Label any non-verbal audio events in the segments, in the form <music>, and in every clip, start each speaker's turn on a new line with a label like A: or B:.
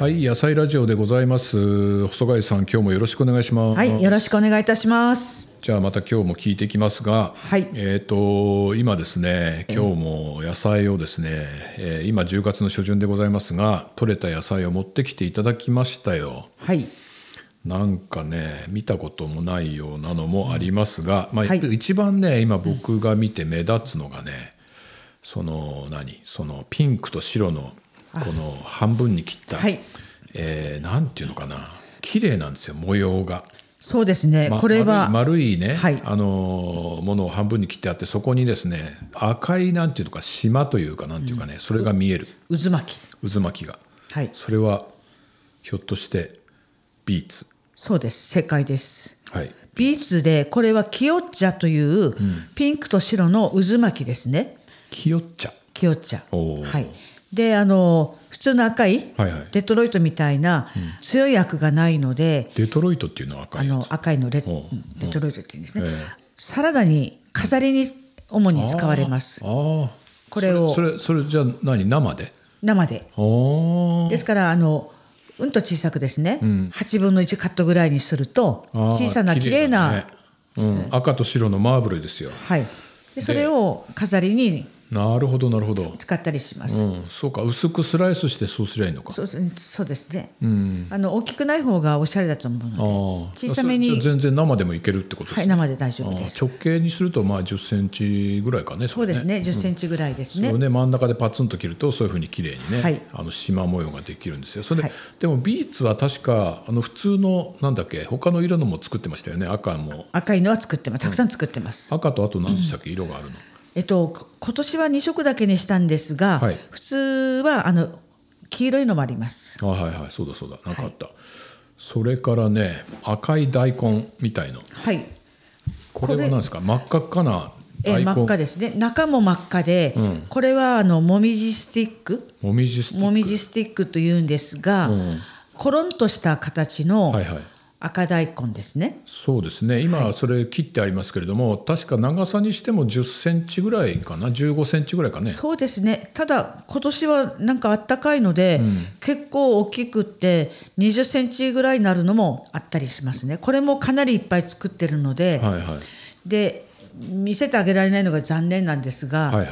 A: はい、野菜ラジオでございます。細貝さん、今日もよろしくお願いします。
B: はい、よろしくお願いいたします。
A: じゃあまた今日も聞いていきますが、
B: はい
A: えっ、と今ですね今日も野菜をですね、えー今10月の初旬でございますが採れた野菜を持ってきていただきましたよ
B: はい、
A: なんかね見たこともないようなのもありますが、まあ
B: はい
A: 一番ね今僕が見て目立つのがね、その何そのピンクと白のこの半分に切った、
B: はい
A: えーなんていうのかな綺麗なんですよ模様が。
B: そうですね。
A: ま
B: これは、
A: 丸い丸いね、
B: はい
A: あのーものを半分に切ってあってそこにですね赤いなんていうのか島というかなんていうかね、それが見える
B: 渦巻き。
A: 渦巻きが
B: はい、
A: それはひょっとしてビーツ
B: そうです。正解です。
A: はい
B: ビーツで、これはキヨッチャという、ピンクと白の渦巻きですね。
A: キヨッチャ
B: キヨッチ
A: おー
B: ャ。はい。で、あの、普通の赤い、
A: はいはい
B: デトロイトみたいな、強い悪がないので。
A: デトロイトっていうのは赤
B: あ
A: いや
B: の
A: つ
B: 赤いのレ
A: おう
B: デトロイトって言うんですね
A: ええ。
B: サラダに飾りに主に使われます
A: あ。ー
B: これを
A: それそれそれじゃあ何生で
B: 生で。
A: お
B: ですからあのうんと小さくですね、8分の1カットぐらいにすると小さな綺麗な、
A: うん、赤と白のマーブルですよ
B: はい、でそれを飾りに
A: なるほどなるほど
B: 使ったりします。
A: うん、そうか薄くスライスしてそうすりゃいいのか
B: そうですそうですね、あの大きくない方がおしゃれだと思う
A: ああ
B: ので小さめに
A: それじゃあ全然生でもいけるってことで
B: は
A: すね、
B: い、生で大丈夫です
A: ああ直径にするとまあ1 0ンチぐらいかねそ
B: そ
A: れ
B: うで
A: ね
B: すね10センチぐらいですね,、
A: そうね真ん中でパツンと切るとそういうふうに綺麗にね、
B: はい
A: あの縞模様ができるんですよそれで,、
B: はい
A: でもビーツは確かあの普通のなんだっけ他の色のも作ってましたよね赤も
B: 赤いのは作ってますたくさん作ってます、
A: 赤とあと何でしたっけ、色があるの
B: えっとこ今年は2色だけにしたんですが、
A: はい
B: 普通はあの黄色いのもあります
A: あはいはいそうだそうだなんかあった、それからね赤い大根みたいの
B: はい
A: これは
B: これ
A: 何ですか真っ赤っかな
B: えー
A: 大根
B: 真っ赤ですね中も真っ赤で、これはあのもみじスティック
A: もみじスティック
B: もみじスティックというんですが、コロンとした形の
A: はいはい
B: 赤大根ですね、
A: そうですね今それ切ってありますけれども、確か長さにしても1 0ンチぐらいかな1 5ンチぐらいかね
B: そうですねただ今年はなんかあったかいので、結構大きくって2 0センチぐらいになるのもあったりしますねこれもかなりいっぱい作ってるので、
A: はいはい
B: で見せてあげられないのが残念なんですが、
A: はいはい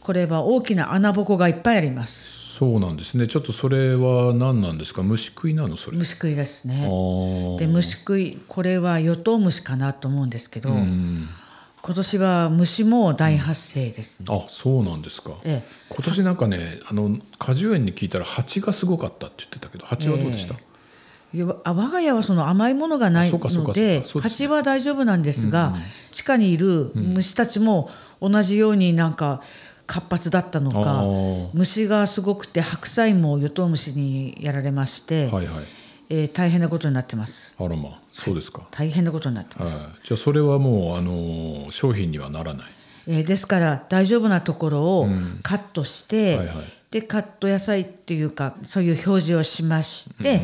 B: これは大きな穴ぼこがいっぱいあります
A: そうなんですねちょっとそれは何なんですか虫食いなのそれ
B: 虫食いですね
A: あー
B: で虫食いこれは与党虫かなと思うんですけど、今年は虫も大発生です、
A: あそうなんですか、
B: ええ
A: 今年なんかねあの果樹園に聞いたら蜂がすごかったって言ってたけど蜂はどうでした、
B: いやあ我が家はその甘いものがない
A: あそうかそうか
B: ので
A: そうかそうですね
B: 蜂は大丈夫なんですが、地下にいる虫たちも同じようになんか活発だったの
A: あ
B: か
A: ー
B: 虫がすごくて白菜も与党虫にやられまして、
A: はいはい
B: えー大変なことになってます
A: あらまあそうですか、
B: 大変なことになってます、
A: はい、じゃあそれはもうあのー商品にはならない
B: えーですから大丈夫なところをカットして、
A: はいはい
B: でカット野菜っていうかそういう表示をしまして、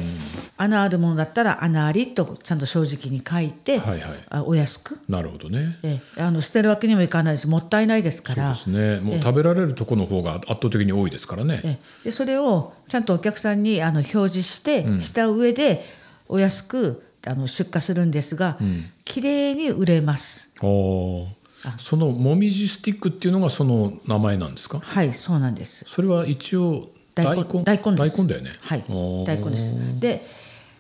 B: 穴あるものだったら穴ありとちゃんと正直に書いて、
A: はいはい
B: あお安く、
A: なるほどね
B: えーあの捨てるわけにもいかないですもったいないですか
A: そう
B: ら
A: ですねもう食べられるとこの方が圧倒的に多いですからね、
B: えーでそれをちゃんとお客さんにあの表示して、した上でお安くあの出荷するんですが、綺麗に売れます。
A: おそのもみじスティックっていうのがその名前なんですか
B: はいそうなんです
A: それは一応
B: 大根
A: 大
B: 大
A: 根
B: 根です
A: だよね
B: はい
A: おー
B: 大根ですで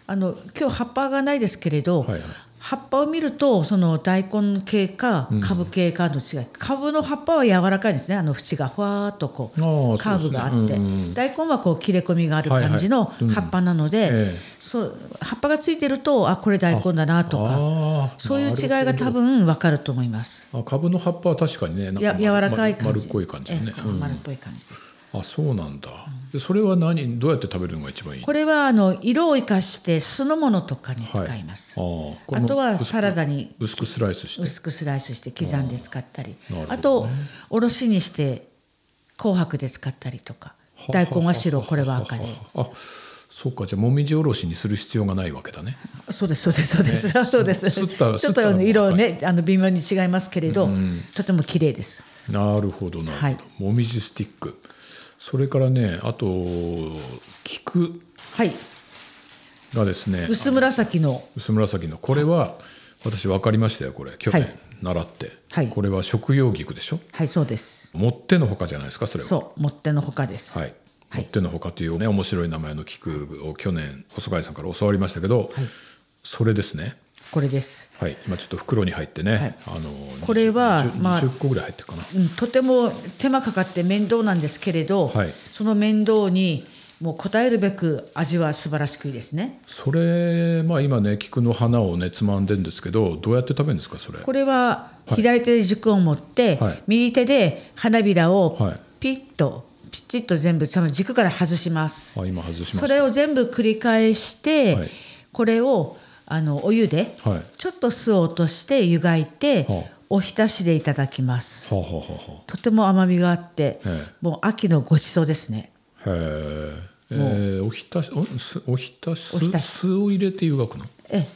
B: あの今日葉っぱがないですけれど、
A: はいはい
B: 葉っぱを見るとその大根系か株系かの違い、株の葉っぱは柔らかいですねあの縁がふわーっとこう
A: あー
B: カーブがあ
A: そう
B: っ
A: です
B: て、
A: ね
B: 大根はこう切れ込みがある感じの
A: はいはいうん
B: 葉っぱなので、
A: ええ
B: そう葉っぱがついてるとあこれ大根だなとか
A: あー
B: そういう違
A: な
B: いが
A: るほど
B: 多分わかると思います。
A: あ株の葉っぱは確かにねなんか
B: や
A: ま
B: 柔らかい
A: ま
B: 感じ
A: 丸っこい感じね
B: ええ、
A: うん
B: 丸っぽい感じです。
A: あそうなんだでそれは何どうやって食べるのが一番いい
B: これはあの色を生かして酢の物とかに使います、
A: はいあーこれ
B: あ
A: も
B: とはサラダに
A: 薄くスライスして
B: 薄くスライスして刻んで使ったり
A: あーなるほどね
B: あとおろしにして紅白で使ったりとか大根は白これは赤で
A: あそうかじゃあもみじおろしにする必要がないわけだね
B: そうですそうですそうです、 <laughs> そうです
A: すったら
B: ちょっ
A: すったら
B: と色をねあの微妙に違いますけれど、とても綺麗です
A: なるほどなるほど、
B: はい
A: もみじスティックそれからねあと菊
B: はい
A: がですね
B: 薄紫の
A: 薄紫のこれは私分かりましたよこれ去年、
B: はい
A: 習って、
B: はい
A: これは食用菊でしょ
B: はいそうです
A: もってのほかじゃないですかそれは
B: そうもってのほかです、
A: はい
B: はい
A: もってのほかというね面白い名前の菊を去年細貝さんから教わりましたけど、それですね
B: これです
A: はい今ちょっと袋に入ってね、
B: はい
A: あの
B: これは
A: 20
B: まあ
A: 20個ぐらい入ってるかな
B: うん、とても手間かかって面倒なんですけれど、
A: はい
B: その面倒にもう応えるべく味は素晴らしくいいですね。
A: それまあ今ね菊の花をねつまんでんですけどどうやって食べるんですかそれ
B: これは
A: はい
B: 左手で軸を持って、
A: はい
B: 右手で花びらを
A: はい
B: ピッとピチッと全部その軸から外します。
A: あ今外しま
B: そ
A: した
B: れを全部繰り返して、
A: はい
B: これをあのお湯で
A: はい
B: ちょっと酢を落として湯がいて、
A: はあ
B: おひたしでいただきます。
A: はあ、はあはあは
B: とても甘みがあって、
A: ええ
B: もう秋のごちそうですね。
A: あ、へええーおひたしおすおひたし
B: おひたし
A: 酢を入れて湯がくのあ
B: ええ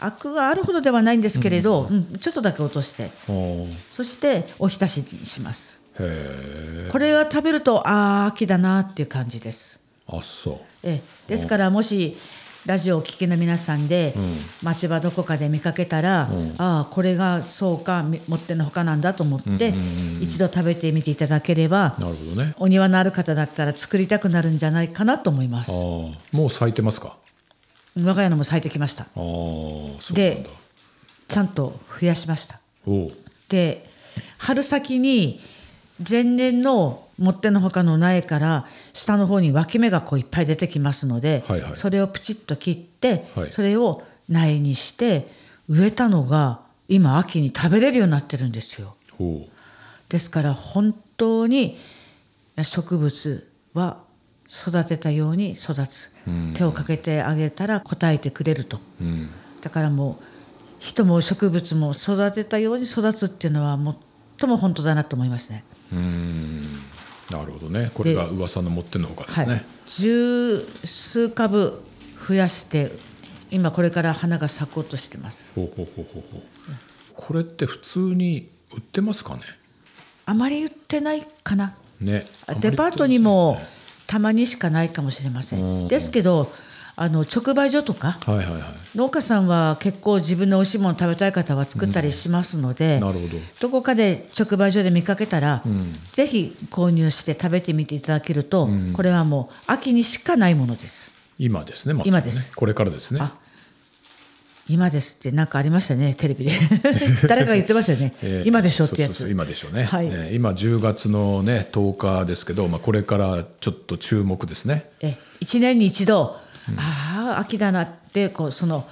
B: アクがあるほどではないんですけれど、うんちょっとだけ落として
A: ー
B: そしておひたしにします
A: へえ
B: これが食べるとああ秋だなっていう感じです、
A: あそ
B: ええ、ですからもしラジオをお聞きの皆さんで、町場どこかで見かけたら、ああこれがそうかみもってのほかなんだと思って、一度食べてみていただければ
A: うなるほどね
B: お庭のある方だったら作りたくなるんじゃないかなと思います
A: ああもう咲いてますか
B: 我が家のも咲いてきました
A: ああそうなん
B: で
A: だ
B: ちゃんと増やしました
A: おう
B: で春先に前年のもってのほかの苗から下の方に脇芽がこういっぱい出てきますので、
A: はいはい
B: それをプチッと切って、
A: はい
B: それを苗にして植えたのが今秋に食べれるようになってるんですよ。
A: おう
B: ですから本当に植物は育てたように育つ手をかけてあげたら応えてくれると、だからもう人も植物も育てたように育つっていうのは最も本当だなと思いますね。
A: なるほどねこれが噂の持ってんのほかです
B: はい
A: ね、、
B: 十数株増やして今これから花が咲こうとしてます。
A: ほうほうほうほうほうこれって普通に売ってますかね
B: あまり売ってないかな
A: ねあまり売
B: デ
A: ってま
B: パ
A: せん
B: ートにもたまにしかないかもしれません。ですけどあの直売所とか
A: はいはいはい
B: 農家さんは結構自分の美味しいもの食べたい方は作ったりしますので、
A: なるほど
B: どこかで直売所で見かけたら、ぜひ購入して食べてみていただけると、これはもう秋にしかないものです。
A: 今ですね、まあ
B: 今です
A: これからですね
B: あ今ですって何かありましたねテ
A: <laughs>
B: レビで誰かが言ってましたよね、
A: えー
B: 今でしょってやつ
A: そうそうそう今でしょうね、
B: はい
A: えー今10月のね10日ですけど、まあ、これからちょっと注目ですね
B: え1年に一度、ああ秋だなってこうその、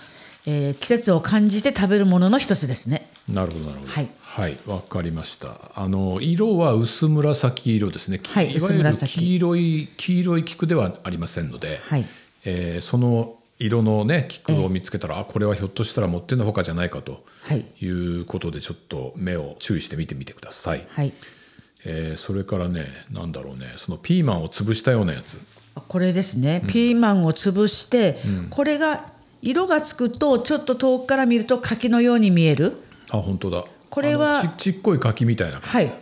B: えー季節を感じて食べるものの一つですね
A: なるほどなるほど
B: はい
A: はい、わかりましたあの色は薄紫色ですね、き
B: はい
A: わゆる
B: 薄紫
A: 黄色い黄色い菊ではありませんので、
B: はい
A: えーその色のね菊を見つけたら、あこれはひょっとしたら持ってんのほかじゃないかと
B: はい
A: いうことでちょっと目を注意して見てみてください、
B: はい
A: えーそれからねなんだろうねそのピーマンを潰したようなやつ
B: これですね、ピーマンを潰して、これが色がつくとちょっと遠くから見ると柿のように見える
A: あ本当だ
B: これは
A: あのちちっこい柿みたいな感じ、
B: はい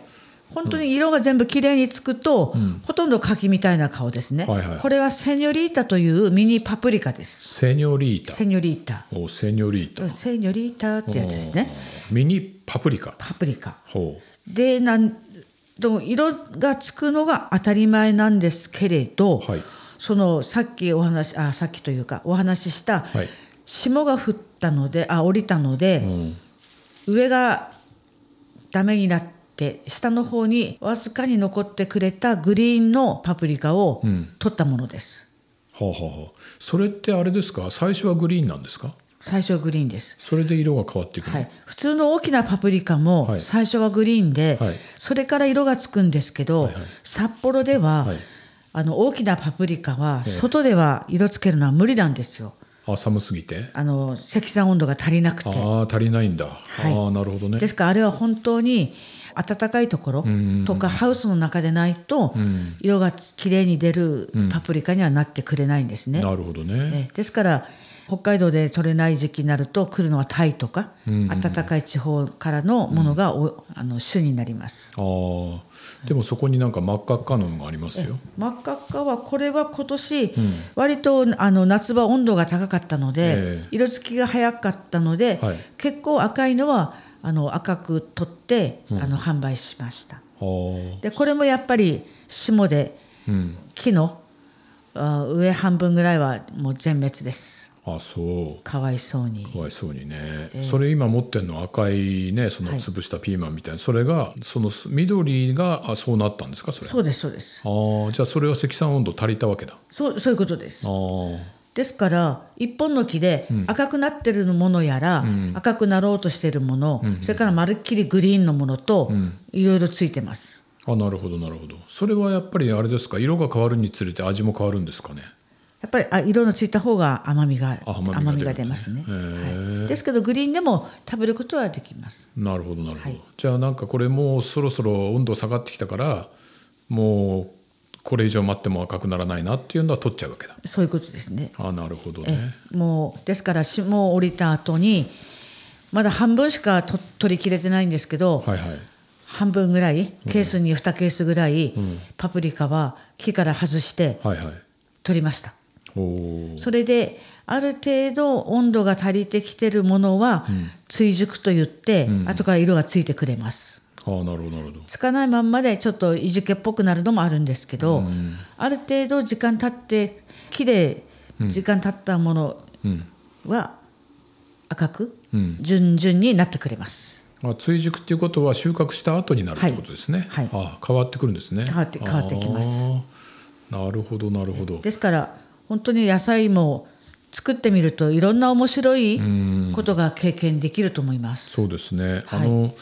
B: 本当に色が全部きれいにつくと、ほとんど柿みたいな顔ですね、
A: はいはい
B: これはセニョリータというミニパプリカです
A: セニョリータ
B: セニョリータ
A: おセニョリータ
B: セニョリータってやつですね
A: おーミニパプリカ
B: パプリカ
A: ほ
B: でなんでも色がつくのが当たり前なんですけれど、
A: はい
B: そのさっきお話あさっきというかお話しした、
A: はい
B: 霜が降ったのであ降りたので、上がダメになって下の方にわずかに残ってくれたグリーンのパプリカを取ったものです、
A: うはあ、はあはあ、それってあれですか最初はグリーンなんですか
B: 最初はグリーンです
A: それで色が変わっていくの、
B: はい、普通の大きなパプリカも
A: はい
B: 最初はグリーンで、
A: はい
B: それから色がつくんですけど、札幌では、
A: はい
B: あの大きなパプリカは外では色つけるのは無理なんですよ
A: あ寒すぎて
B: あの積算温度が足りなくて。
A: ああ足りないんだ、
B: い
A: ああなるほどね
B: ですからあれは本当に暖かいところとかハウスの中でないと色がきれいに出るパプリカにはなってくれないんですね。
A: なるほどね
B: ええですから北海道で取れない時期になると来るのはタイとか、暖かい地方からのものがお、あの種になります。
A: あーでもそこになんか真っ赤っかのがありますよ。
B: 真っ赤っかはこれは今年、割とあの夏場温度が高かったので、
A: え
B: 色付きが早かったので、
A: はい
B: 結構赤いのはあの赤く取って、あの販売しました。
A: あー
B: でこれもやっぱり霜で
A: うん、
B: 木のあ上半分ぐらいはもう全滅です
A: あそう
B: かわいそうに
A: かわいそうにね、それ今持ってるの赤いねその
B: はい
A: 潰したピーマンみたいな、それがその緑があそうなったんですかそれ
B: そうですそうです
A: ああじゃあそれは積算温度足りたわけだ
B: そうそういうことです
A: ああ
B: ですから一本の木で赤くなってるものやら、赤くなろうとしてるもの、それからまるっきりグリーンのものといろいろついてます、
A: あなるほどなるほどそれはやっぱりあれですか色が変わるにつれて味も変わるんですかね
B: やっぱりあ色のついた方が甘みが
A: あ
B: 甘
A: 甘
B: み
A: み
B: が
A: が出
B: 出ま
A: ますす
B: ね
A: ね
B: はいですけどグリーンでも食べることはできます
A: なるほどなるほど、
B: はい
A: じゃあなんかこれもうそろそろ温度下がってきたからもうこれ以上待っても赤くならないなっていうのは取っちゃうわけだ
B: そういうことですね
A: あなるほど
B: え
A: ね
B: もうですから霜を降りた後にまだ半分しかと取り切れてないんですけど、
A: はいはい
B: 半分ぐらいケースに2ケースぐらい、パプリカは木から外して
A: はいはい
B: 取りました
A: おお
B: それである程度温度が足りてきてるものは追熟といって、後から色がついてくれます
A: あなるほどなるほど
B: つかないまんまでちょっといじけっぽくなるのもあるんですけど、ある程度時間経って木で時間経ったものは赤く順々になってくれます、
A: あ追熟っていうことは収穫した後になるってことですね、
B: はいはい
A: あ変わってくるんですね
B: 変わって変わってきます
A: あーなるほどなるほど
B: ですから本当に野菜も作ってみるといろんな面白いことが経験できると思います、
A: そうですね、
B: はい
A: あの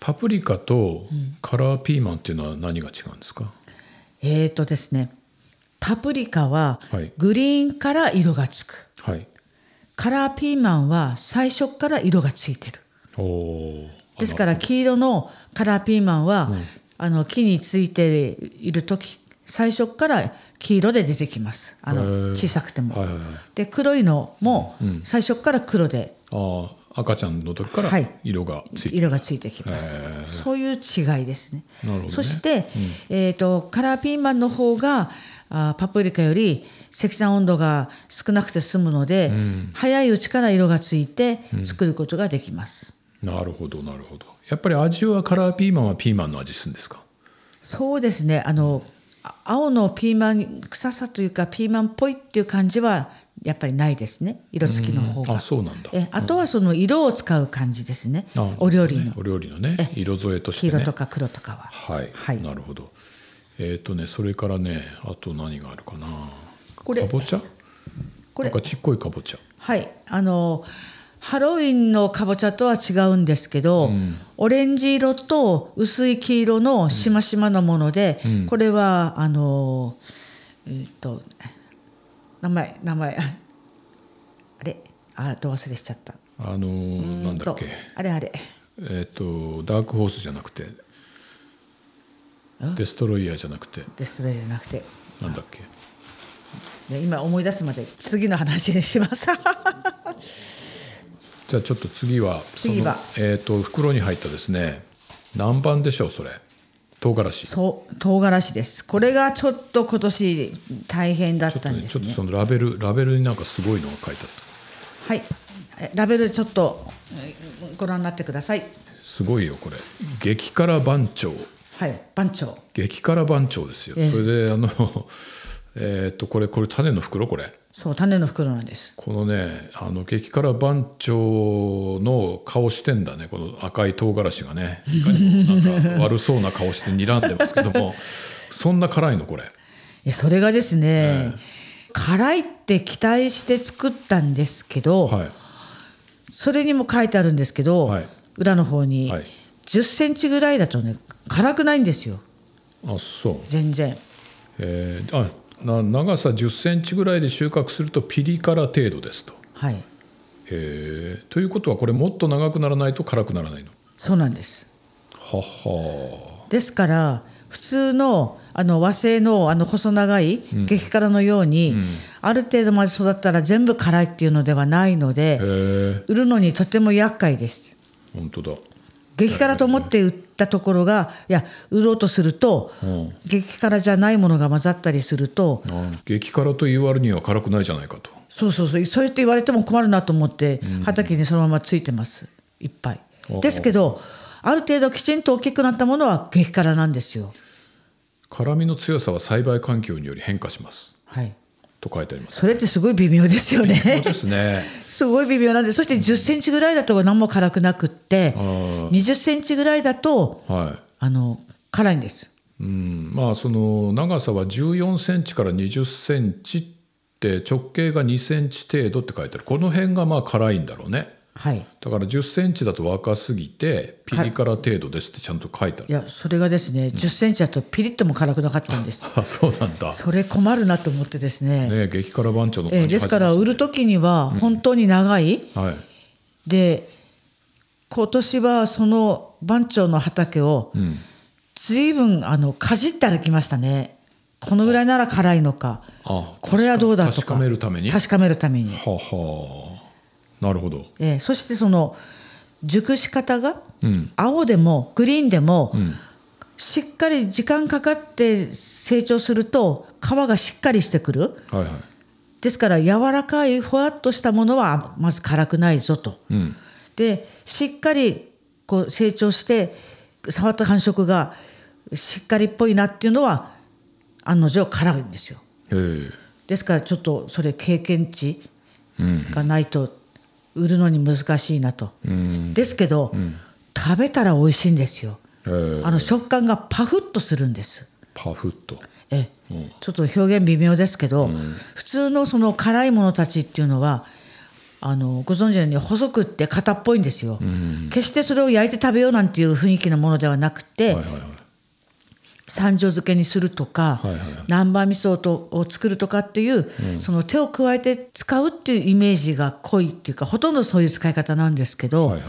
A: パプリカとカラーピーマンっていうのは何が違うんですか、
B: えーとですねパプリカは
A: はい
B: グリーンから色がつく、
A: はい
B: カラーピーマンは最初から色がついてる
A: おお
B: ですから黄色のカラーピーマンは、あの木についている時最初から黄色で出てきますあ
A: へ
B: の
A: ー
B: 小さくても。
A: はいはいはい
B: で黒いのも最初から黒で
A: ああ赤ちゃんの時か
B: は
A: ら
B: い
A: 色がついて、
B: 色がついてきます、そういう違いですね
A: なるほどね
B: そして、えー、とカラーピーマンの方があーパプリカより積算温度が少なくて済むので、早いうちから色がついて作ることができます。
A: なるほどなるほどやっぱり味はカラーピーマンはピーマンの味するんですか
B: そうですねあのあ青のピーマン臭さというかピーマンっぽいっていう感じはやっぱりないですね色付きの方が
A: あそうなんだ
B: えあとはその色を使う感じですね、
A: あ
B: お料理の
A: ねお料理のね色添えとし
B: 黄
A: て
B: 色
A: ね
B: とか黒とかは、
A: はい、
B: はい
A: なるほどえっ、とねそれからねあと何があるかな
B: これ
A: かぼちゃ
B: これ
A: なんかちっこいかぼちゃ
B: はいあのハロウィンのかぼちゃとは違うんですけど、オレンジ色と薄い黄色のしましまのもので、これはあのえーっと名前名前ああれあどう忘れしちゃった
A: あのーなんだっけ
B: とあれあれ
A: えっ、とダークホースじゃなくてデストロイヤーじゃなくて
B: でそれじゃなくて
A: なんだっけ
B: ね今思い出すまで次の話にします
A: じゃあちょっと次はその
B: 次は
A: えっ、と袋に入ったですね何番でしょうそれ唐辛子ちょ
B: そう <laughs> 唐辛子ですこれがちょっと今年大変だっ
A: っと
B: たん
A: ね
B: で
A: ち
B: す
A: ょっ
B: ね
A: とそのラベルラベルになんかすごいのが書いてあっ
B: はいえラベルちょっとえご覧になってください
A: たすごいよこれ激辛番長
B: はい番長
A: 激辛番長ですよ、
B: ええ
A: それであの <laughs> えーっとこれこれ種の袋これ
B: そう種の袋なんです
A: このねあの激辛番長の顔してんだねこの赤い唐辛子がねいかにもなんか悪そうな顔して睨んでますけども <laughs> そんな辛いのこれ
B: いやそれがですね、辛いって期待して作ったんですけど、
A: はい
B: それにも書いてあるんですけど、
A: はい
B: 裏の方に、
A: はい
B: 10センチぐらいだとね辛くないんですよ
A: あそう
B: 全然
A: えーあな長さ1 0ンチぐらいで収穫するとピリ辛程度ですと。
B: はい
A: へーということはこれもっと長くならないと辛くならないの。
B: そうなんです
A: はは
B: ですから普通のあの和製のあの細長い激辛のように、ある程度まで育ったら全部辛いっていうのではないので
A: え
B: 売るのにとても厄介です
A: 本当だ
B: 激辛と思って売ったところがいや売ろうとすると、
A: うん
B: 激辛じゃないものが混ざったりすると、
A: あ激辛と言われるには辛くないじゃないかと
B: そうそうそうそうやって言われても困るなと思って、畑にそのままついてますいっぱい
A: お
B: ですけどある程度きちんと大きくなったものは激辛なんですよ
A: 辛みの強さは栽培環境により変化します
B: はい
A: と書いてあります
B: それってすごい微妙ですよ
A: そう <laughs>
B: ね
A: ですね
B: すごい微妙なんでそして1 0ンチぐらいだと何も辛くなくって
A: あ
B: 2 0ンチぐらいだと
A: は
B: あの辛いんです
A: いうんまあその長さは1 4センチから2 0ンチって直径が2センチ程度って書いてあるこの辺がまあ辛いんだろうね
B: はい
A: だから1 0ンチだと若すぎてピリ辛程度ですってちゃんと書いてあ
B: い
A: る、
B: やそれがですね1 0ンチだとピリッとも辛くなかったんです
A: あそうなんだ、
B: それ困るなと思ってですね
A: ね、激辛番長の
B: えーですから売る時には本当に長い、
A: はい
B: で今年はその番長の畑を
A: うん
B: 随分あのかじって歩きましたねこのぐらいなら辛いのか
A: あ
B: これはどうだと
A: 確
B: か
A: かめるためには
B: 確かめるために
A: あはあなるほど
B: えーそしてその熟し方が、
A: うん
B: 青でもグリーンでも、しっかり時間かかって成長すると皮がしっかりしてくる
A: はいはい
B: ですから柔らかいふわっとしたものはまず辛くないぞと。
A: うん
B: でしっかりこう成長して触った感触がしっかりっぽいなっていうのは案の定辛いんですよ
A: ええ
B: ですからちょっとそれ経験値
A: うん
B: がないと売るのに難しいなと、
A: うん
B: ですけど、食べたら美味しいんですよ
A: ええ
B: あの食感がパフッとするんです
A: パフッと
B: ええちょっと表現微妙ですけど、普通のその辛いものたちっていうのはあのご存知のように細くって型っぽいんですよ、決してそれを焼いて食べようなんていう雰囲気のものではなくて、
A: はいはいはい
B: 三条漬けにするとか、
A: はいはいはい
B: 南蛮味噌とを作るとかっていう、その手を加えて使うっていうイメージが濃いっていうかほとんどそういう使い方なんですけど、
A: はいはい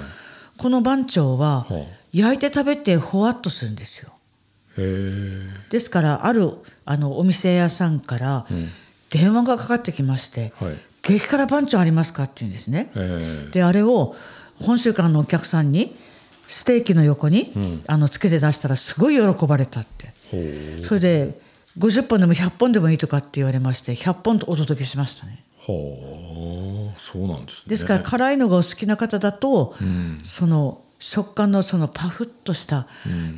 B: この番長は
A: はあ
B: 焼いて食べてほわっとするんですよ。
A: へえ
B: ですからあるあのお店屋さんから電話がかかってきまして「
A: はい
B: 激辛番長ありますか?」って言うんですね。
A: え
B: であれを本州からのお客さんにステーキの横に、あのつけて出したらすごい喜ばれたって
A: え
B: それで50本でも100本でもいいとかって言われまして100本とお届けしましたね。
A: ほうはあそうなんですね
B: ですから辛いのがお好きな方だと、その食感のそのパフッとした、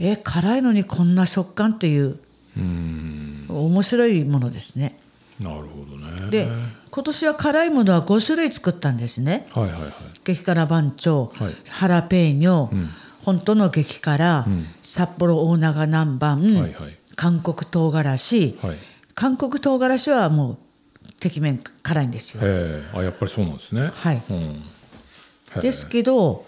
B: え辛いのにこんな食感っていう
A: うん
B: 面白いものですね。
A: なるほどね
B: で今年は辛いものは5種類作ったんですね
A: はいはいはい
B: 激辛番長、
A: はい
B: ハラペーニョ、本当の激辛、札幌大長南蛮、
A: はいはい
B: 韓国唐辛子、
A: はい
B: 韓国唐辛子はもうてきめん辛いんですよ。
A: ええあやっぱりそうなんですね
B: はい
A: うんへえ
B: ですけど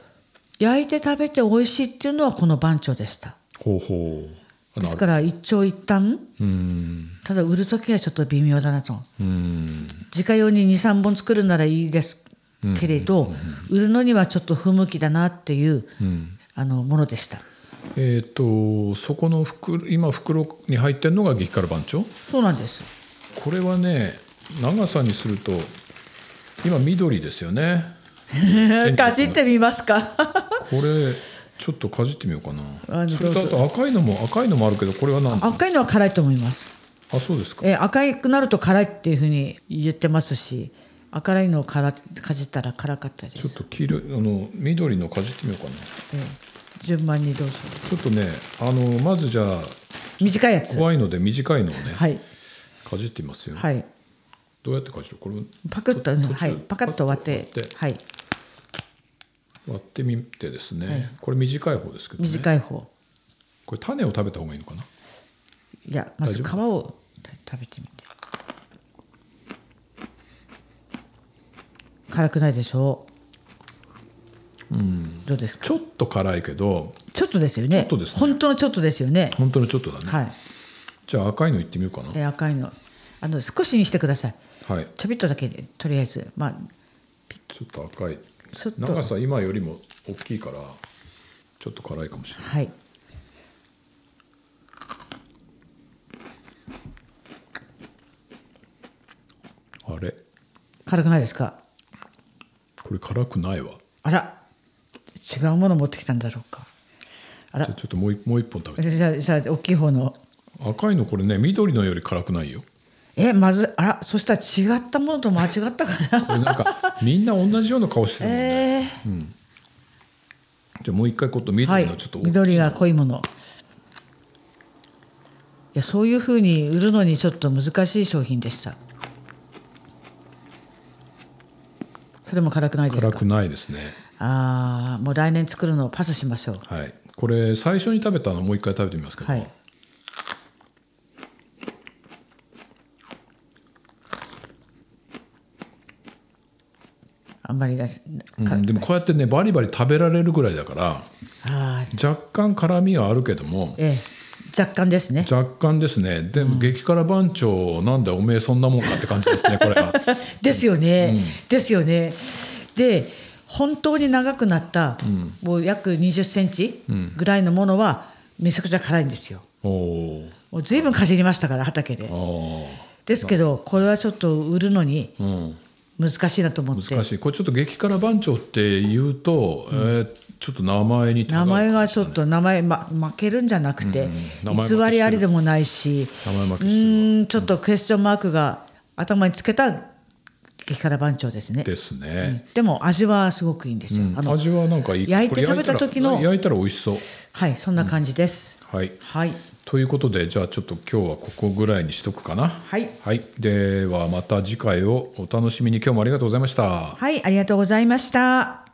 B: 焼いて食べて美味しいっていうのはこの番長でした。
A: ほうほう
B: で
A: な
B: す
A: る
B: から一長一短
A: うん
B: ただ売る時はちょっと微妙だなと
A: うん
B: 自家用に23本作るならいいですけれど、売るのにはちょっと不向きだなっていう、あのものでした
A: えっ、とそこの袋今袋に入ってるのが激辛番長
B: そうなんです
A: これはね長さにすると今緑ですよね
B: <laughs> かじってみますか
A: これちょっとかじってみようか
B: あ
A: な
B: どうぞ
A: それとあと赤いのも赤いのもあるけどこれは何あ
B: <laughs> 赤いのは辛いと思います
A: あそうですか
B: え赤くなると辛いっていうふうに言ってますし赤いのをからかじったら辛かったで
A: ちょっ
B: す、
A: と黄色いあの緑のかじってみようかな
B: ええ順番にどうぞ
A: ちょっとねあのまずじゃあ
B: 短いやつ
A: 怖いので短いのをね
B: はい
A: かじってみますよ、
B: はい
A: どうやってかじるこれ
B: パクッと、
A: と途中
B: はい、パカッと割って
A: パカッと
B: はい
A: 割ってみてですね、これ短い方ですけどね
B: 短い方
A: これ種を食べた方がいいのかない
B: やまず
A: 大
B: 皮
A: 丈
B: を食べてみて辛くないでしょう、どうですか
A: ちょっと辛いけど
B: ちょっとですよ
A: ち
B: ね
A: ょっとですね
B: 本当のちょっとですよね、
A: 本当のちょっとだね、
B: はい
A: じゃあ赤いのいってみようかな
B: え赤いのあの少しにしてください
A: はい
B: ちょびっとだけでとりあえずまあ
A: ちょっと赤い
B: ちょっと
A: 長さ今よりも大きいからちょっと辛いかもしれない
B: はい
A: あれ
B: 辛くないですか
A: これ辛くないわ
B: あら違うもの持ってきたんだろうかあら
A: じゃあちょっともう一もう一本食べて
B: じゃあじゃあ大きい方の
A: 赤いのこれね緑のより辛くないよ
B: えまずいあらそしたら違ったものと間違ったか
A: <laughs> これ
B: な
A: なんか
B: <laughs>
A: みんな同じような顔してるもんね、
B: え
A: じゃあもう一回こと
B: ー、は
A: 緑
B: い
A: のちょっと、
B: 緑が濃いものいやそういうふうに売るのにちょっと難しい商品でしたそれも辛くないです
A: 辛
B: か
A: くないですね
B: ああもう来年作るのをパスしましょう
A: はいこれ最初に食べたのもう一回食べてみますけど、
B: はいあんまりだし
A: うん
B: か
A: でもこうやってねバリバリ食べられるぐらいだから
B: あー
A: 若干辛みはあるけども
B: ええ若干ですね
A: 若干ですねでも激辛番長なんだおめえそんなもんかって感じですねこれは
B: <laughs> ですよね、ですよねで本当に長くなった、もう約2 0ンチぐらいのものはめちゃくちゃ辛いんですよ
A: おー
B: もう随分かじりましたから畑で
A: あー
B: ですけどこれはちょっと売るのに
A: うん
B: 難しいなと思って
A: 難しいこれちょっと激辛番長って言うと、えーちょっと名前に
B: 名前がちょっと名前、ま、負けるんじゃなくて、
A: うん名前負けしてる
B: 偽りありでもないし
A: 名前負け
B: う
A: して
B: ーんちょっとクエスチョンマークが頭につけた激辛番長ですね
A: ですね、
B: でも味はすごくいいんですよ、あの
A: 味はなんかいい
B: 焼いて
A: これ
B: 食べた時の
A: 焼いら焼いたら美味しそう
B: はいそんな感じです、
A: はい
B: はい
A: ということでじゃあちょっと今日はここぐらいにしとくかな
B: はい
A: はい、ではまた次回をお楽しみに今日もありがとうございました
B: はいありがとうございました